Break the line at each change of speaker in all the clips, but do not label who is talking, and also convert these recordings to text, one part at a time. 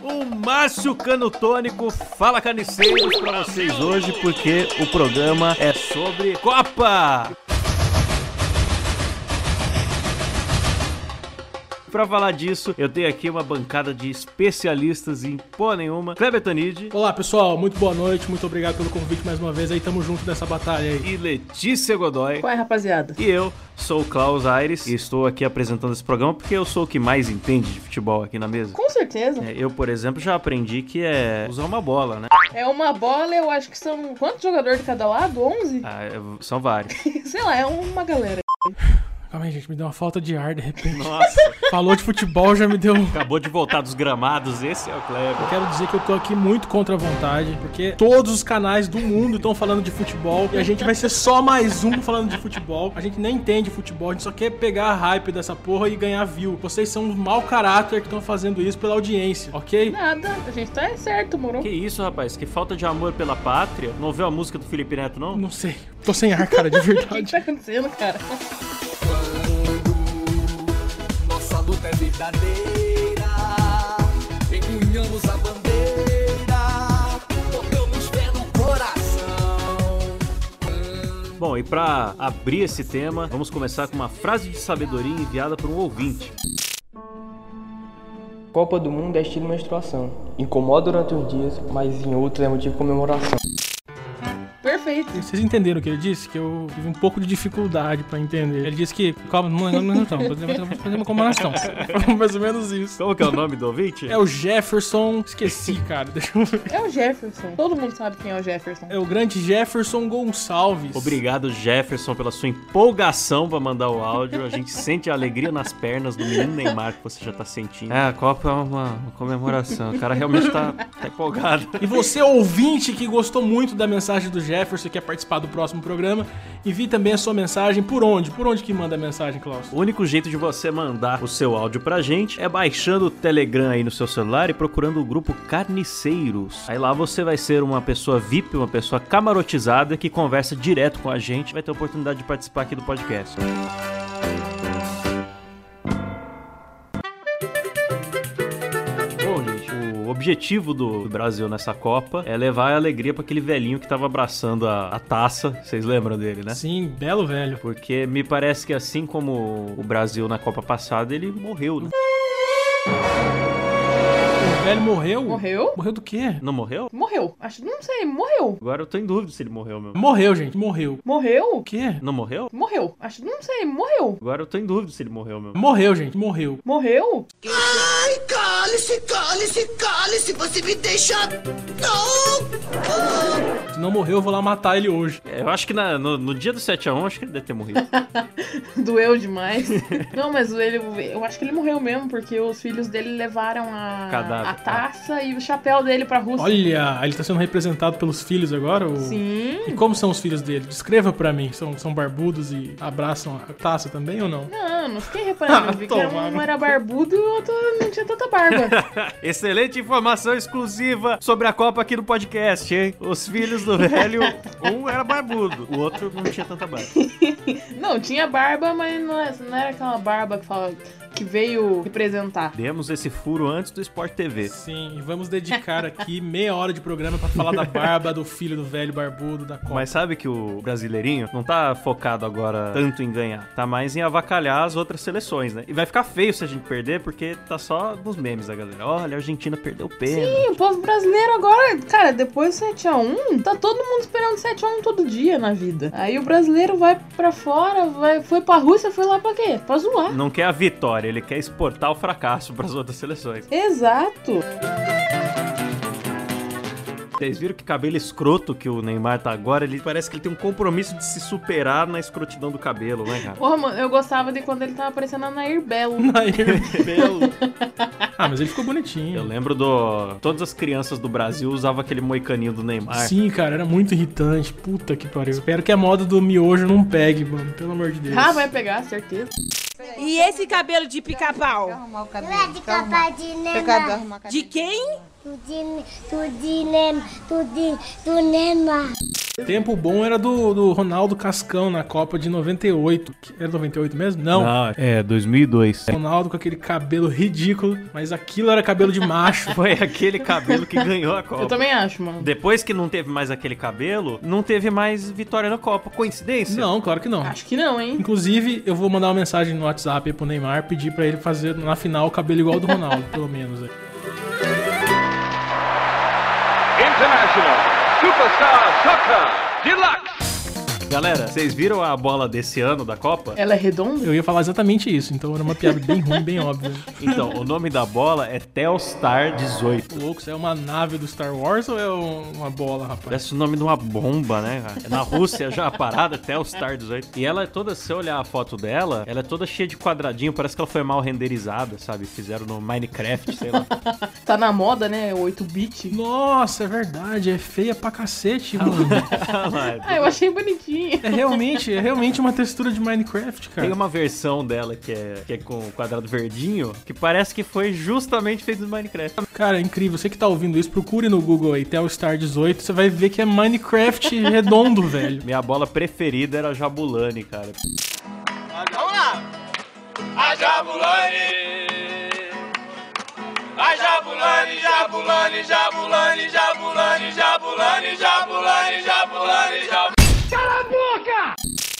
com Márcio Cano Tônico. Fala carniceiros pra vocês hoje, porque o programa é sobre Copa. Pra falar disso, eu tenho aqui uma bancada de especialistas em porra nenhuma. Kleber Tanid
Olá, pessoal. Muito boa noite. Muito obrigado pelo convite mais uma vez. Aí tamo junto nessa batalha aí.
e Letícia Godoy.
Qual é, rapaziada?
E eu sou o Klaus Aires e estou aqui apresentando esse programa porque eu sou o que mais entende de futebol aqui na mesa.
Com certeza.
É, eu, por exemplo, já aprendi que é usar uma bola, né?
É uma bola, eu acho que são. Quantos jogadores de cada lado? 11?
Ah, é- são vários.
Sei lá, é uma galera.
Calma aí, gente. Me deu uma falta de ar de repente.
Nossa,
Falou de futebol, já me deu. um-
acabou de voltar dos gramados, esse é o Kleber.
Quero dizer que eu tô aqui muito contra a vontade, porque todos os canais do mundo estão falando de futebol e a gente vai ser só mais um falando de futebol. A gente nem entende futebol, a gente só quer pegar a hype dessa porra e ganhar view. Vocês são um mau caráter que estão fazendo isso pela audiência, ok?
Nada, a gente tá certo, moro?
Que isso, rapaz? Que falta de amor pela pátria. Não ouviu a música do Felipe Neto, não?
Não sei. Tô sem ar, cara, de
O que, que
verdade.
tá acontecendo, cara?
quando nossa luta é verdadeira. Empunhamos a bandeira, botamos fé no coração.
Bom, e pra abrir esse tema, vamos começar com uma frase de sabedoria enviada por um ouvinte.
Copa do Mundo é estilo menstruação. Incomoda durante uns dias, mas em outros é motivo de comemoração.
Perfeito.
Vocês entenderam o que ele disse? Que eu tive um pouco de dificuldade pra entender. Ele disse que. Calma, não é não, é, não, não, vou fazer uma comemoração. Foi mais ou menos isso.
Como que é o nome do ouvinte?
É o Jefferson. Esqueci, cara. Deixa eu ver.
É o Jefferson. Todo mundo sabe quem é o Jefferson.
É o grande Jefferson Gonçalves.
Obrigado, Jefferson, pela sua empolgação pra mandar o áudio. A gente sente a alegria nas pernas do menino Neymar que você já tá sentindo. É, a Copa é uma, uma comemoração. O cara realmente tá, tá empolgado.
E você, ouvinte, que gostou muito da mensagem do Jefferson e quer participar do próximo programa, envie também a sua mensagem. Por onde? Por onde que manda a mensagem, Klaus?
O único jeito de você mandar o seu áudio pra gente é baixando o Telegram aí no seu celular e procurando o grupo Carniceiros. Aí lá você vai ser uma pessoa VIP, uma pessoa camarotizada que conversa direto com a gente, vai ter a oportunidade de participar aqui do podcast. Bom, gente, o objetivo do do Brasil nessa Copa é levar a alegria pra aquele velhinho que tava abraçando a, a taça. Vocês lembram dele, né?
Sim, belo velho.
Porque me parece que assim como o Brasil na Copa passada, ele morreu, né?
O velho morreu?
Morreu?
Morreu do quê?
Não morreu?
Morreu. Acho, não sei, morreu.
Agora eu tô em dúvida se ele morreu mesmo.
Morreu, gente. Morreu.
Morreu?
O quê?
Não morreu?
Morreu. Acho, não sei, morreu.
Agora eu tô em dúvida se ele morreu mesmo.
Morreu, gente. Morreu.
Morreu?
Ai, cale-se, cale-se, cale-se, você me deixa louco.
Se não morreu, eu vou lá matar ele hoje.
É, Eu acho que na- no, no dia do 7x1, acho que ele deve ter morrido.
Doeu demais. não, mas ele, eu acho que ele morreu mesmo, porque os filhos dele levaram
Cadáver.
a, a taça e o chapéu dele pra Rússia.
Olha, ele tá sendo representado pelos filhos agora? o-
Sim.
E como são os filhos dele? Descreva pra mim. São, são barbudos e abraçam a taça também ou não?
Não, não fiquei reparando. Eu vi que era
Tomar
um
no
era barbudo e o outro não tinha tanta barba.
Excelente informação exclusiva sobre a Copa aqui no podcast, hein? Os filhos do velho, um era barbudo, o outro não tinha tanta barba.
não, tinha barba, mas não é- não era aquela barba que, fala, que veio representar.
Demos esse furo antes do Sport TV.
Sim, e vamos dedicar aqui meia hora de programa pra falar da barba do filho do velho barbudo da Copa.
Mas sabe que o brasileirinho não tá focado agora tanto em ganhar, tá mais em avacalhar as outras seleções, né? E vai ficar feio se a gente perder, porque tá só nos memes da galera. Olha, a Argentina perdeu o pênalti.
E o povo brasileiro agora, cara, depois do 7x1, tá todo mundo esperando 7x1 todo dia na vida. Aí o brasileiro vai pra fora, vai, foi pra Rússia, foi lá pra quê? Pra zoar.
Não quer a vitória, ele quer exportar o fracasso pras outras seleções.
Exato.
Vocês viram que cabelo escroto que o Neymar tá agora? Ele parece que ele tem um compromisso de se superar na escrotidão do cabelo, né, cara?
Porra, mano, eu gostava de quando ele tava aparecendo na Nair Belo.
ah, mas ele ficou bonitinho.
Eu lembro do. Todas as crianças do Brasil usavam aquele moicaninho do Neymar.
Sim, cara, era muito irritante. Puta que pariu. Espero que a moda do miojo não pegue, mano. Pelo amor de Deus.
Ah, vai pegar, certeza.
E esse cabelo de pica-pau?
Arrumar o cabelo. Não é de capa de
Pecado,
Neymar.
De quem?
Do de, do de Neymar. Do de, do Neymar.
Tempo bom era do, do Ronaldo Cascão na Copa de 98. Que- Era 98 mesmo? Não.
Ah, é, 2002.
Ronaldo com aquele cabelo ridículo, mas aquilo era cabelo de macho.
Foi aquele cabelo que ganhou a Copa.
Eu também acho, mano.
Depois que não teve mais aquele cabelo, não teve mais vitória na Copa. Coincidência?
Não, claro que não.
Acho que não, hein?
Inclusive, eu vou mandar uma mensagem no WhatsApp aí pro Neymar pedir pra ele fazer na final o cabelo igual ao do Ronaldo, pelo menos. né? aí.
International Superstar Soccer Deluxe.
Galera, vocês viram a bola desse ano da Copa?
Ela é redonda?
Eu ia falar exatamente isso, então era uma piada bem ruim, bem óbvia. Tipo,
Então, o nome da bola é Telstar 18.
Ô, Louco, isso é uma nave do Star Wars ou é um- uma bola, rapaz?
Parece o nome de uma bomba, né, cara? Na Rússia já a parada Telstar 18. E ela é toda, se eu olhar a foto dela, ela é toda cheia de quadradinho, parece que ela foi mal renderizada, sabe? Fizeram no Minecraft, sei lá.
Tá na moda, né? 8-bit.
Nossa, é verdade, é feia pra cacete, mano.
Ah, eu achei bonitinho.
É realmente, é realmente uma textura de Minecraft,
Tem
cara.
uma versão dela que é, que é com o quadrado verdinho, que parece que foi justamente feito no Minecraft.
Cara, é incrível. Você que tá ouvindo isso, procure no Google aí, Telstar 18, você vai ver que é Minecraft redondo, velho.
Minha bola preferida era a Jabulani, cara.
A Jabulani. A Jabulani, Jabulani, Jabulani, Jabulani, Jabulani, Jabulani, Jabulani, Jabulani.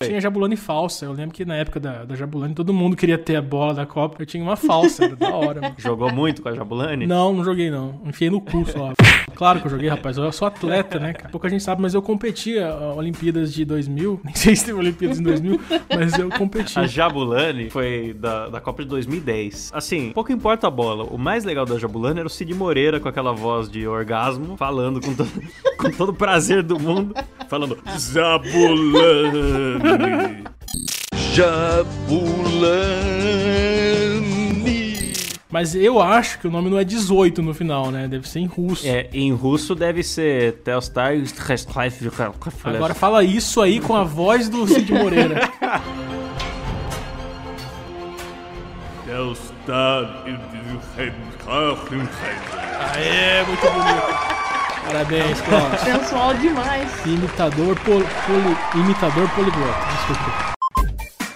Tinha Jabulani falsa. Eu lembro que na época da, da Jabulani todo mundo queria ter a bola da Copa. Eu tinha uma falsa, era da hora, mano.
Jogou muito com a Jabulani?
Não, não joguei não. Enfiei no cu só. Claro que eu joguei, rapaz. Eu sou atleta, né, cara? Pouca gente sabe, mas eu competia ah, Olimpíadas de 2000. Nem sei se teve Olimpíadas em 2000, mas eu competi.
A Jabulani foi da, da Copa de 2010. Assim, pouco importa a bola. O mais legal da Jabulani era o Cid Moreira com aquela voz de orgasmo, falando com, todo com todo o prazer do mundo, falando Jabulani.
Jabulani.
Mas eu acho que o nome não é 18 no final, né? Deve ser em russo.
É, em russo deve ser Telstar.
Agora fala isso aí com a voz do Cid Moreira.
Telstar.
Aê, muito bonito. Parabéns, Cláudio.
Sensual demais.
Imitador, pol, poli- imitador poliglota. Desculpa.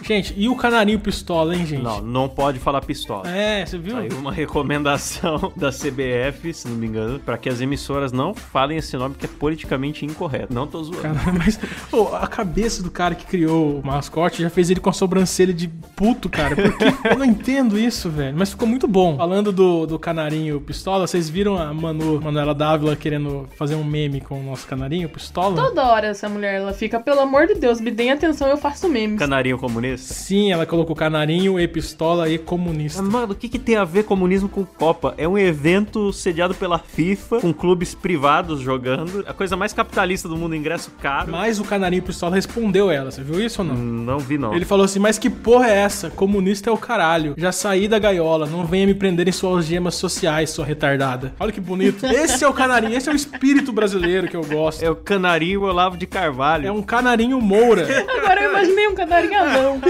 Gente, e o canarinho pistola, hein, gente?
Não, não pode falar pistola.
É, você viu?
Saiu uma recomendação da CBF, se não me engano, pra que as emissoras não falem esse nome que é politicamente incorreto. Não tô zoando.
Cara, mas pô, a cabeça do cara que criou o mascote já fez ele com a sobrancelha de puto, cara. Por quê? Eu não entendo isso, velho. Mas ficou muito bom. Falando do, do canarinho pistola, vocês viram a Manu, Manuela Dávila querendo fazer um meme com o nosso canarinho pistola?
Toda hora essa mulher, ela fica, pelo amor de Deus, me deem atenção, eu faço memes.
Um Canarinho comunista?
Sim, ela colocou canarinho e pistola e comunista.
Ah, Mano, o que, que tem a ver comunismo com Copa? É um evento sediado pela FIFA, com clubes privados jogando. A coisa mais capitalista do mundo, ingresso caro.
Mas o canarinho pistola respondeu ela. Você viu isso ou não?
Não vi, não.
Ele falou assim, mas que porra é essa? Comunista é o caralho. Já saí da gaiola, não venha me prender em suas gemas sociais, sua retardada. Olha que bonito. Esse é o canarinho, esse é o espírito brasileiro que eu gosto.
É o canarinho Olavo de Carvalho.
É um canarinho moura.
Agora eu imaginei um canarinho anão.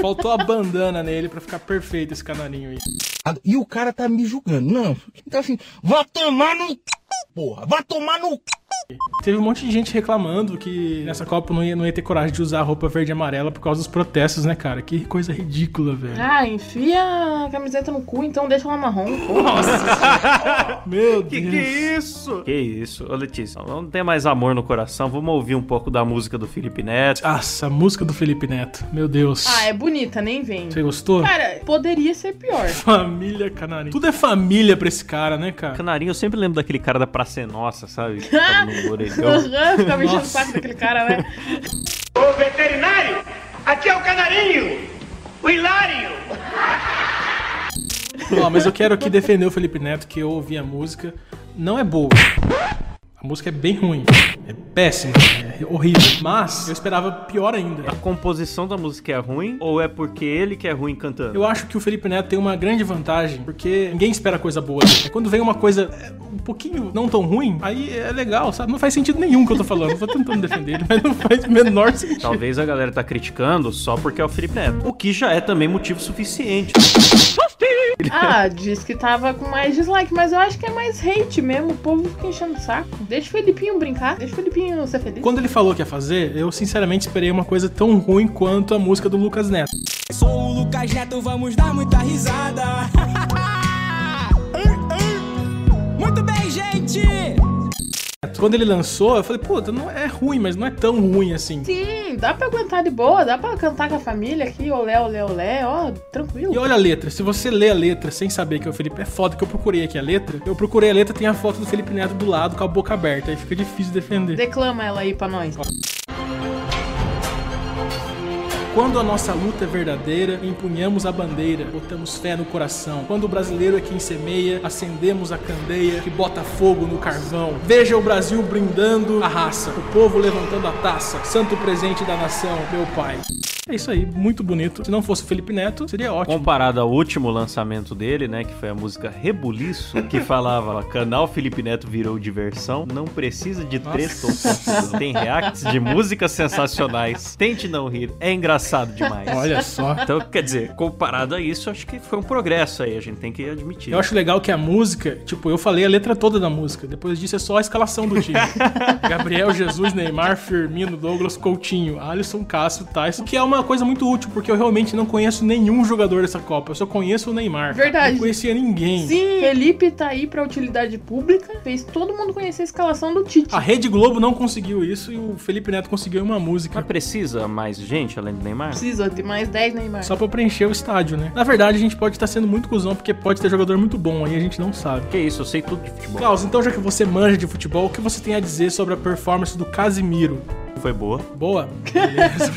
Faltou a bandana nele pra ficar perfeito esse canarinho aí.
E o cara tá me julgando. Não. Então assim, vá tomar no. c****, Porra, vá tomar no. c****.
Teve um monte de gente reclamando que nessa Copa não ia, não ia ter coragem de usar roupa verde e amarela por causa dos protestos, né, cara? Que coisa ridícula, velho.
Ah, enfia a camiseta no cu, então deixa ela marrom. pô.
Ah,
Meu Deus.
Que que é isso? Que isso? Ô, Letícia, não tem mais amor no coração. Vamos ouvir um pouco da música do Felipe Neto.
Nossa, a música do Felipe Neto. Meu Deus.
Ah, é bonita, nem vem.
Você
Ah,
gostou?
Cara, poderia ser pior.
Família canarinho. Tudo é família pra esse cara, né, cara?
Canarinho, eu sempre lembro daquele cara da Praça é Nossa, sabe? Que tá no orelhão.
Aham, Ficava enchendo o
Nossa.
saco daquele cara, né?
Ô veterinário, aqui é o canarinho. O Hilário.
Ó, mas eu quero aqui defender o Felipe Neto, que eu ouvi a música. Não é boa. A música é bem ruim. É péssima. É horrível. Mas eu esperava pior ainda.
A composição da música é ruim ou é porque ele que é ruim cantando?
Eu acho que o Felipe Neto tem uma grande vantagem, porque ninguém espera coisa boa. É quando vem uma coisa é, um pouquinho não tão ruim, aí é legal, sabe? Não faz sentido nenhum que eu tô falando. Eu tô tentando defender ele, mas não faz o menor sentido.
Talvez a galera tá criticando só porque é o Felipe Neto. O que já é também motivo suficiente.
Ah, diz que tava com mais dislike, mas eu acho que é mais hate mesmo. O povo fica enchendo o saco. Deixa o Felipinho brincar, deixa o Felipinho ser feliz.
Quando ele falou que ia fazer, eu sinceramente esperei uma coisa tão ruim quanto a música do Lucas Neto.
Sou o Lucas Neto, vamos dar muita risada. Muito bem, gente.
Quando ele lançou, eu falei, puta, não é ruim, mas não é tão ruim assim.
Sim, dá pra aguentar de boa, dá pra cantar com a família aqui, olé, olé, olé, ó, tranquilo.
E olha a letra, se você lê a letra sem saber que é o Felipe, é foda que eu procurei aqui a letra. Eu procurei a letra, tem a foto do Felipe Neto do lado, com a boca aberta, aí fica difícil defender.
Declama ela aí pra nós.
Quando a nossa luta é verdadeira, empunhamos a bandeira, botamos fé no coração. Quando o brasileiro é quem semeia, acendemos a candeia que bota fogo no carvão. Veja o Brasil brindando a raça, o povo levantando a taça, santo presente da nação, meu pai. É isso aí, muito bonito. Se não fosse o Felipe Neto, seria ótimo.
Comparado ao último lançamento dele, né, que foi a música Rebuliço, que falava lá, canal Felipe Neto virou diversão, não precisa de treta ou confusão. Tem reacts de músicas sensacionais. Tente não rir, é engraçado demais.
Olha só.
Então, quer dizer, comparado a isso, acho que foi um progresso aí, a gente tem que admitir.
Eu acho legal que a música, tipo, eu falei a letra toda da música. Depois disso é só a escalação do time. Gabriel, Jesus, Neymar, Firmino, Douglas, Coutinho, Alisson, Cássio, Tyson, que é uma coisa muito útil, porque eu realmente não conheço nenhum jogador dessa Copa. Eu só conheço o Neymar.
Verdade.
Não conhecia ninguém.
Sim, Felipe tá aí pra utilidade pública, fez todo mundo conhecer a escalação do Tite.
A Rede Globo não conseguiu isso e o Felipe Neto conseguiu uma música.
Mas precisa mais gente além do Neymar?
Precisa ter mais 10 Neymar.
Só pra preencher o estádio, né? Na verdade, a gente pode estar sendo muito cuzão, porque pode ter jogador muito bom, aí a gente não sabe.
Que isso, eu sei tudo de futebol.
Klaus, então já que você manja de futebol, o que você tem a dizer sobre a performance do Casimiro?
Foi boa.
Boa? Beleza.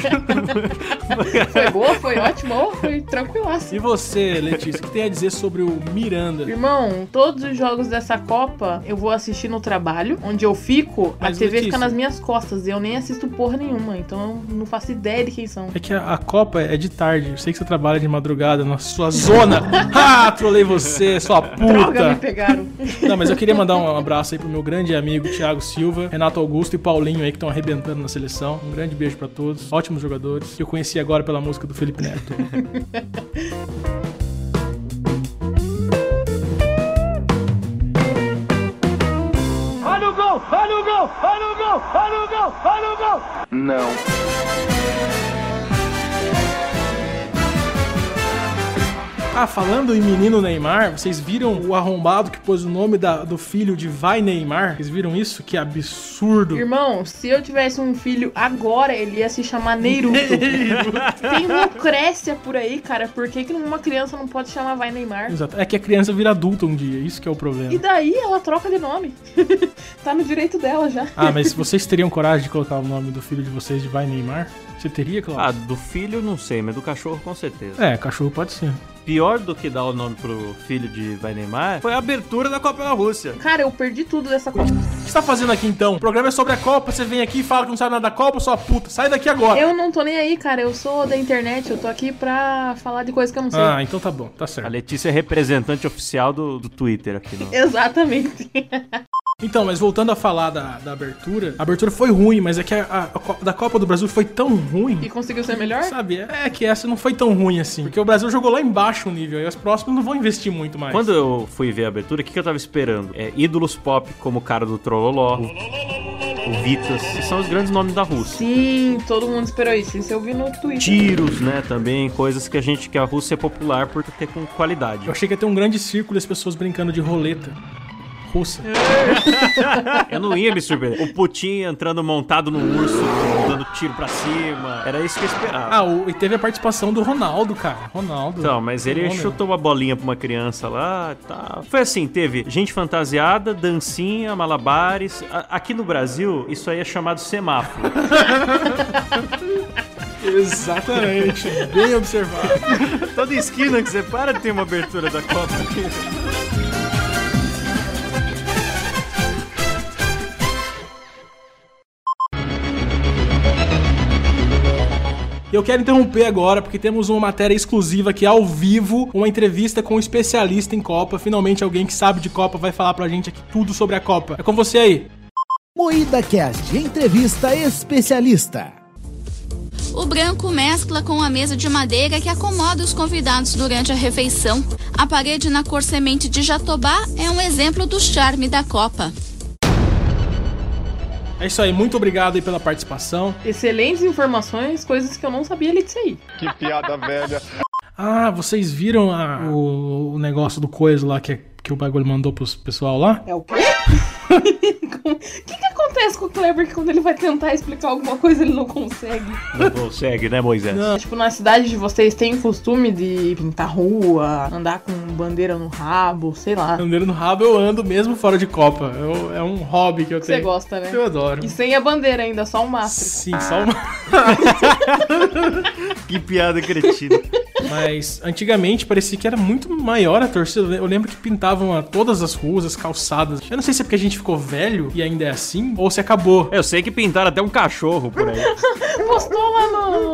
Foi boa, foi ótimo, foi tranquilaço.
e você, Letícia, o que tem a dizer sobre o Miranda?
Irmão, todos os jogos dessa Copa eu vou assistir no trabalho, onde eu fico,
Mas,
a TV
Letícia-
fica nas minhas costas e eu nem assisto porra nenhuma, então eu não faço ideia de quem são.
É que a, a Copa é de tarde. Eu sei que você trabalha de madrugada na sua zona. ah, trolei você, sua
Droga,
puta.
me pegaram.
Não, mas eu queria mandar um abraço aí pro meu grande amigo Thiago Silva, Renato Augusto e Paulinho aí que estão arrebentando na seleção. Um grande beijo pra todos. Ótimos jogadores. Que eu conheci agora pela música do Felipe Neto.
Olha o gol! Olha o gol! Olha o gol! Olha o gol! Olha o gol!
Ah, falando em menino Neymar, vocês viram o arrombado que pôs o nome da- do filho de Vai Neymar? Vocês viram isso? Que absurdo.
Irmão, se eu tivesse um filho agora, ele ia se chamar Neiruto. Tem Lucrécia por aí, cara. Por que, que uma criança não pode chamar Vai Neymar?
Exato. É que a criança vira adulta um dia, isso que é o problema.
E daí ela troca de nome. tá no direito dela já.
Ah, mas vocês teriam coragem de colocar o nome do filho de vocês de Vai Neymar? Você teria,
Ah,
Cláudio?
do filho não sei, mas do cachorro com certeza.
É, cachorro pode ser.
Pior do que dar o nome pro filho de Vai Neymar foi a abertura da Copa da Rússia.
Cara, eu perdi tudo dessa Copa.
O que você tá fazendo aqui então? O programa é sobre a Copa, você vem aqui e fala que não sabe nada da Copa, sua puta. Sai daqui agora.
Eu não tô nem aí, cara. Eu sou da internet. Eu tô aqui pra falar de coisa que eu não sei.
Ah, então tá bom, tá
A
certo.
Letícia é representante oficial do, do Twitter aqui no.
Exatamente.
Então, mas voltando a falar da, da abertura, a abertura foi ruim, mas é que a, a- a Copa- da Copa do Brasil foi tão
E
ruim.
conseguiu ser melhor?
Sabe, é é que essa não foi tão ruim assim. Porque o Brasil jogou lá embaixo o nível, e as próximas não vão investir muito mais.
Quando eu fui ver a abertura, o que, que eu tava esperando? É, ídolos pop, como o cara do Trololó, o, o Vitas, que são os grandes nomes da Rússia.
Sim, todo mundo esperou isso. Isso eu vi no Twitter.
Tiros, né, também, coisas que a gente, que a Rússia é popular por ter com qualidade.
Eu achei que ia ter um grande círculo das pessoas brincando de roleta russa.
Eu não ia me surpreender. O Putin entrando montado num urso, dando tiro pra cima. Era isso que eu esperava.
Ah, o- e teve a participação do Ronaldo, cara. Ronaldo.
Então, mas ele
Fenômeno.
chutou uma bolinha pra uma criança lá e tal. Foi assim, teve gente fantasiada, dancinha, malabares. A- aqui no Brasil, isso aí é chamado semáforo.
Exatamente. Bem observado.
Toda esquina que você para tem uma abertura da Copa.
E eu quero interromper agora, porque temos uma matéria exclusiva aqui ao vivo, uma entrevista com um especialista em Copa. Finalmente alguém que sabe de Copa vai falar pra gente aqui tudo sobre a Copa. É com você aí.
Moída Cast, entrevista especialista. O branco mescla com a mesa de madeira que acomoda os convidados durante a refeição. A parede na cor semente de jatobá é um exemplo do charme da Copa.
É isso aí, muito obrigado aí pela participação.
Excelentes informações, coisas que eu não sabia ali disso aí.
Que piada velha.
Ah, vocês viram a- o, o negócio do coisa lá que, é, que o bagulho mandou pro pessoal lá?
É o quê? Como- O que, que acontece com o Kleber que quando ele vai tentar explicar alguma coisa ele não consegue?
Não consegue, né, Moisés?
Tipo, na cidade de vocês tem costume de pintar rua, andar com bandeira no rabo, sei lá.
Bandeira no rabo eu ando mesmo fora de Copa. Eu- é um hobby que eu tenho.
Você gosta, né?
Eu adoro.
E sem a bandeira ainda, só o mastro.
Sim, só uma.
que piada cretina.
Mas antigamente parecia que era muito maior a torcida. Eu lembro que pintavam a- todas as ruas, as calçadas. Eu não sei se é porque a gente ficou velho e ainda é assim, ou se acabou.
Eu sei que pintaram até um cachorro por aí.
Postou lá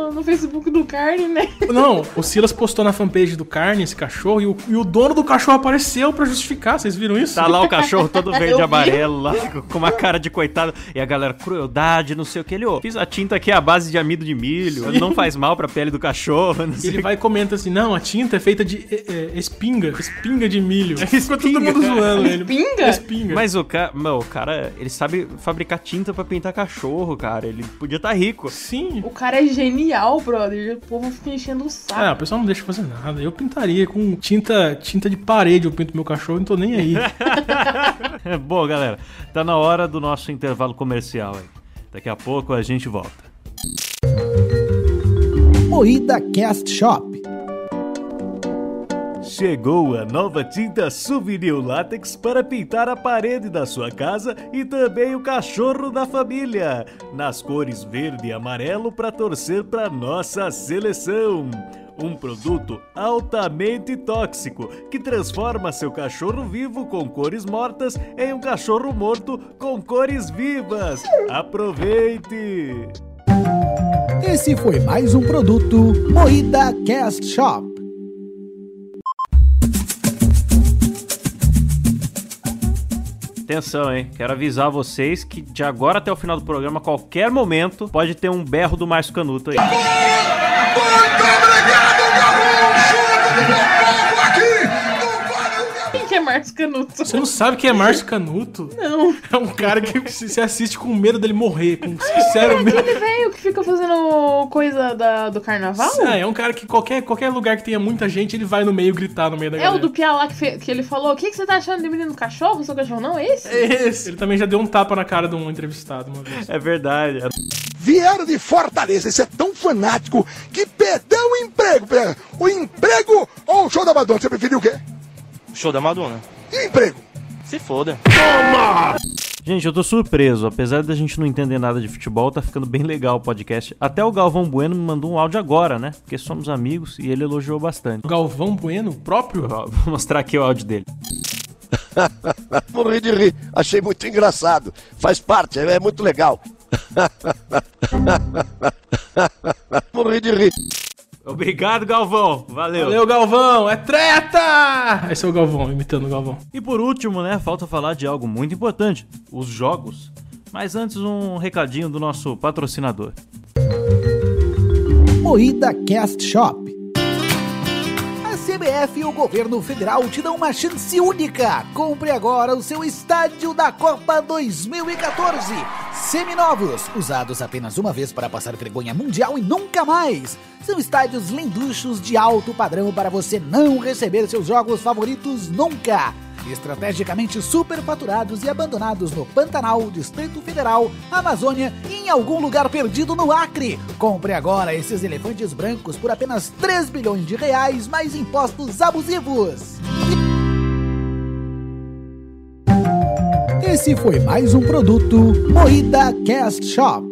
no, no Facebook do Carne, né?
Não, o Silas postou na fanpage do Carne esse cachorro e o, e o dono do cachorro apareceu pra justificar. Vocês viram isso?
Tá lá o cachorro todo verde e
Eu vi.
amarelo lá, com uma cara de coitado. E a galera, crueldade, não sei o que. Ele, ô, fiz a tinta aqui à base de amido de milho,
Sim.
não faz mal pra pele do cachorro, não
E
sei
Ele vai e comenta assim: não, a tinta é feita de é, é, espinga, espinga de milho. Aí ficou todo mundo zoando ele. Espinga.
É Mas o cara, meu, o cara, ele sabe fabricar tinta pra pintar cachorro, cara. Ele podia estar rico.
Sim.
O cara é genial, brother. O povo fica enchendo o saco.
Ah, o pessoal não deixa eu fazer nada. Eu pintaria com tinta, tinta de parede, eu pinto meu cachorro, não tô nem aí.
Bom, galera, tá na hora do nosso intervalo comercial aí. Daqui a pouco a gente volta.
Moída Cast Shop.
Chegou a nova tinta Souvenir Látex para pintar a parede da sua casa e também o cachorro da família. Nas cores verde e amarelo para torcer para nossa seleção. Um produto altamente tóxico que transforma seu cachorro vivo com cores mortas em um cachorro morto com cores vivas. Aproveite!
Esse foi mais um produto Moída Cast Shop.
Atenção, hein? Quero avisar vocês que de agora até o final do programa, a qualquer momento, pode ter um berro do Márcio Canuto aí.
Quem que é Márcio Canuto?
Você não sabe quem é Márcio Canuto?
Não.
É um cara que se se assiste com medo dele morrer, com sincero medo.
Aquele velho é que fica fazendo coisa da- do carnaval?
Ah, é um cara que qualquer, qualquer lugar que tenha muita gente, ele vai no meio gritar no meio da
É
galera.
o do Piá lá que, fe- que ele falou: O que, que você tá achando de menino cachorro? Seu cachorro não é esse?
Esse. Ele também já deu um tapa na cara de um entrevistado uma vez.
É verdade.
Vieram de Fortaleza, esse é tão fanático que perdeu o emprego. Pera, O emprego ou o show da Madonna? Você preferiu o quê?
Show da Madonna.
E emprego?
Se foda.
Gente, eu tô surpreso. Apesar da gente não entender nada de futebol, tá ficando bem legal o podcast. Até o Galvão Bueno me mandou um áudio agora, né? Porque somos amigos e ele elogiou bastante.
Galvão Bueno próprio?
Vou mostrar aqui o áudio dele.
Morri de rir, achei muito engraçado. Faz parte, é, é muito legal. Morri de rir.
Obrigado, Galvão. Valeu.
Valeu, Galvão! É treta! Esse é o Galvão, imitando o Galvão.
E por último, né? Falta falar de algo muito importante: os jogos. Mas antes, um recadinho do nosso patrocinador.
Moída Cast Shop. A CBF e o governo federal te dão uma chance única. Compre agora o seu estádio da Copa 2014. Seminovos, usados apenas uma vez para passar vergonha mundial e nunca mais. São estádios lenduchos de alto padrão para você não receber seus jogos favoritos nunca. Estrategicamente superfaturados e abandonados no Pantanal, Distrito Federal, Amazônia e em algum lugar perdido no Acre. Compre agora esses elefantes brancos por apenas 3 bilhões de reais mais impostos abusivos. Esse foi mais um produto Moída Cast Shop.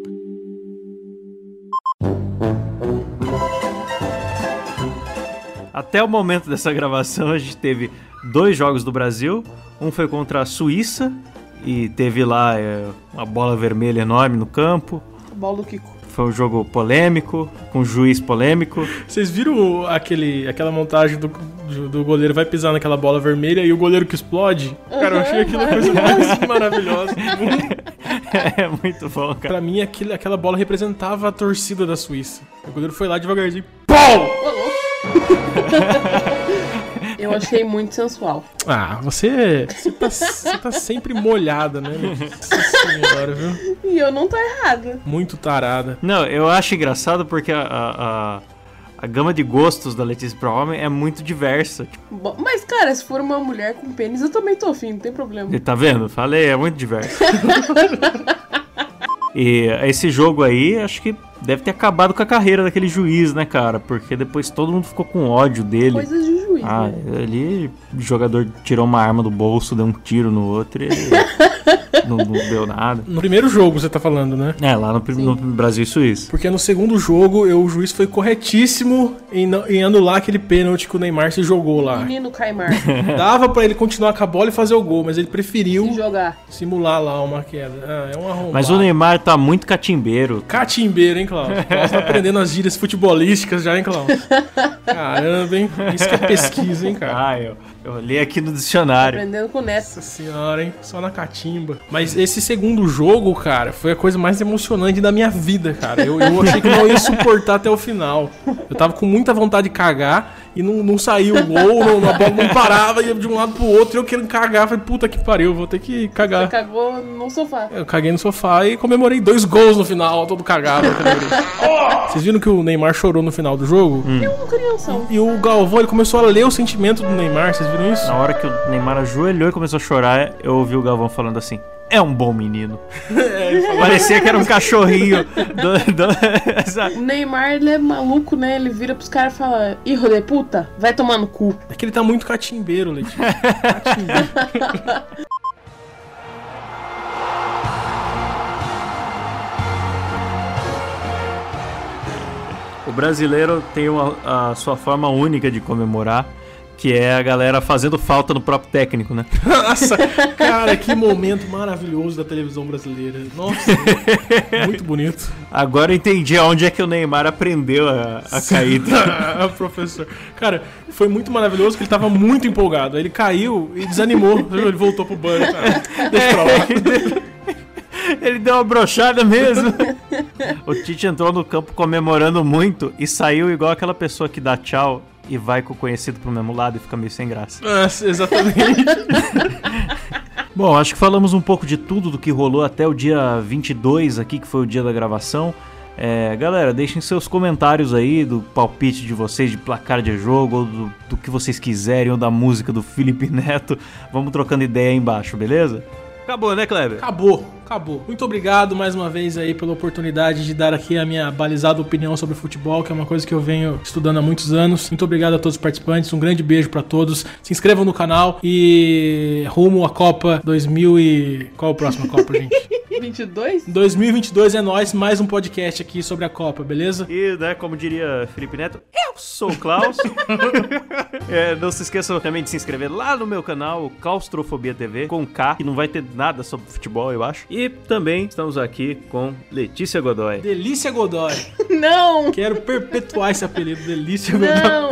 Até o momento dessa gravação, a gente teve dois jogos do Brasil. Um foi contra a Suíça e teve lá é, uma bola vermelha enorme no campo.
Bola do Kiko.
Foi um jogo polêmico, com um juiz polêmico.
Vocês viram o- aquele, aquela montagem do, do, do goleiro vai pisar naquela bola vermelha e o goleiro que explode? Cara, eu achei aquilo a coisa mais maravilhosa do mundo.
é muito bom, cara.
Pra mim, aquilo- aquela bola representava a torcida da Suíça. O goleiro foi lá devagarzinho.
Eu achei muito sensual.
Ah, você. Você tá, você tá sempre molhada, né? Nossa senhora, viu?
E eu não tô errada.
Muito tarada.
Não, eu acho engraçado porque a, a, a, a gama de gostos da Letícia Brahma é muito diversa. Tipo,
Bom, mas, cara, se for uma mulher com pênis, eu também tô afim, não tem problema.
tá vendo? Falei, é muito diversa. e esse jogo aí, acho que deve ter acabado com a carreira daquele juiz, né, cara? Porque depois todo mundo ficou com ódio dele.
Coisas de juiz,
Ah,
né?
ali o jogador tirou uma arma do bolso, deu um tiro no outro e não, não deu nada.
No primeiro jogo você tá falando, né?
É, lá no, prim- no Brasil e Suíça.
Porque no segundo jogo, eu, o juiz foi corretíssimo em, não- em anular aquele pênalti que o Neymar se jogou lá.
Menino Caimar.
Dava pra ele continuar com a bola e fazer o gol, mas ele preferiu
Se jogar.
simular lá uma queda. Ah, é um arrombado.
Mas o Neymar tá muito catimbeiro.
Catimbeiro, hein, Cláudio? Cláudio tá aprendendo as gírias futebolísticas já, hein, Cláudio? Caramba, hein? Isso que é pesquisa, hein, cara?
Ah, eu, eu olhei aqui no dicionário.
Aprendendo com o Neto.
Nossa senhora, hein? Só na catimba. Mas esse segundo jogo, cara, foi a coisa mais emocionante da minha vida, cara. Eu, eu achei que não ia suportar até o final. Eu tava com muita vontade de cagar e não, não saiu o gol, não, a bola não parava, ia de um lado pro outro e eu querendo cagar. Falei, puta que pariu, vou ter que
Você
cagar.
cagou no sofá.
Eu caguei no sofá e comemorei dois gols no final, todo cagado. eu comemorei. Vocês viram que o Neymar chorou no final do jogo?
É um crianção.
E o Galvão, ele começou a ler o sentimento do Neymar, vocês viram isso?
Na hora que o Neymar ajoelhou e começou a chorar, eu ouvi o Galvão falando assim: é um bom menino. Parecia que era um cachorrinho. do- do- sabe?
O Neymar, ele é maluco, né? Ele vira pros caras e fala: Hijo de puta, vai tomar no cu.
É que ele tá muito catimbeiro, Letícia. Catimbeiro.
o brasileiro tem uma- a sua forma única de comemorar, que é a galera fazendo falta no próprio técnico, né?
Nossa, cara, que momento maravilhoso da televisão brasileira. Nossa, muito bonito.
Agora eu entendi aonde é que o Neymar aprendeu a, a caída.
Ah, professor. Cara, foi muito maravilhoso porque ele tava muito empolgado. Aí Ele caiu e desanimou. Ele voltou pro banco. cara. Deixa pra lá.
Ele deu uma brochada mesmo. o Tite entrou no campo comemorando muito e saiu igual aquela pessoa que dá tchau e vai com o conhecido pro mesmo lado e fica meio sem graça.
Nossa, exatamente.
Bom, acho que falamos um pouco de tudo do que rolou até o dia 22 aqui, que foi o dia da gravação. É, galera, deixem seus comentários aí do palpite de vocês, de placar de jogo, ou do, do que vocês quiserem, ou da música do Felipe Neto. Vamos trocando ideia aí embaixo, beleza? Acabou, né, Kleber?
Acabou, acabou. Muito obrigado mais uma vez aí pela oportunidade de dar aqui a minha balizada opinião sobre futebol, que é uma coisa que eu venho estudando há muitos anos. Muito obrigado a todos os participantes, um grande beijo pra todos. Se inscrevam no canal e rumo à Copa 2000 e qual é a próxima Copa, gente?
22?
2022 é nós, mais um podcast aqui sobre a Copa, beleza?
E, né, como diria Felipe Neto, eu sou o Klaus. É, não se esqueçam também de se inscrever lá no meu canal, o Claustrofobia TV, com K, que não vai ter nada sobre futebol, eu acho. E também estamos aqui com Letícia Godoy.
Delícia Godoy.
Não!
Quero perpetuar esse apelido, Delícia Godoy.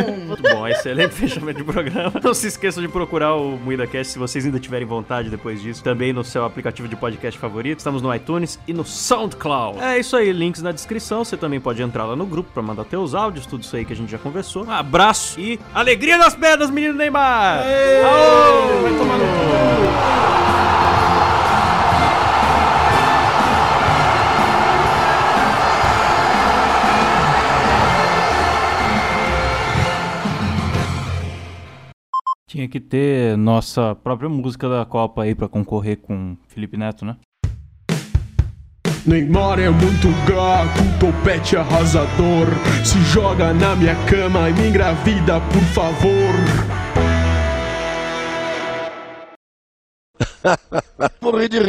Não!
Muito bom, excelente fechamento de programa. Não se esqueçam de procurar o MuidaCast se vocês ainda tiverem vontade depois disso. Também no seu aplicativo de podcast favorito. Estamos no iTunes e no SoundCloud. É isso aí, links na descrição. Você também pode entrar lá no grupo pra mandar teus áudios, tudo isso aí que a gente já conversou. Um abraço e alegria nas pernas, menino Neymar! Aô! Vai tomar no cu. Tinha que ter nossa própria música da Copa aí pra concorrer com Felipe Neto, né?
Neymar é muito gato, topete arrasador. Se joga na minha cama e me engravida, por favor.
Morri de rir.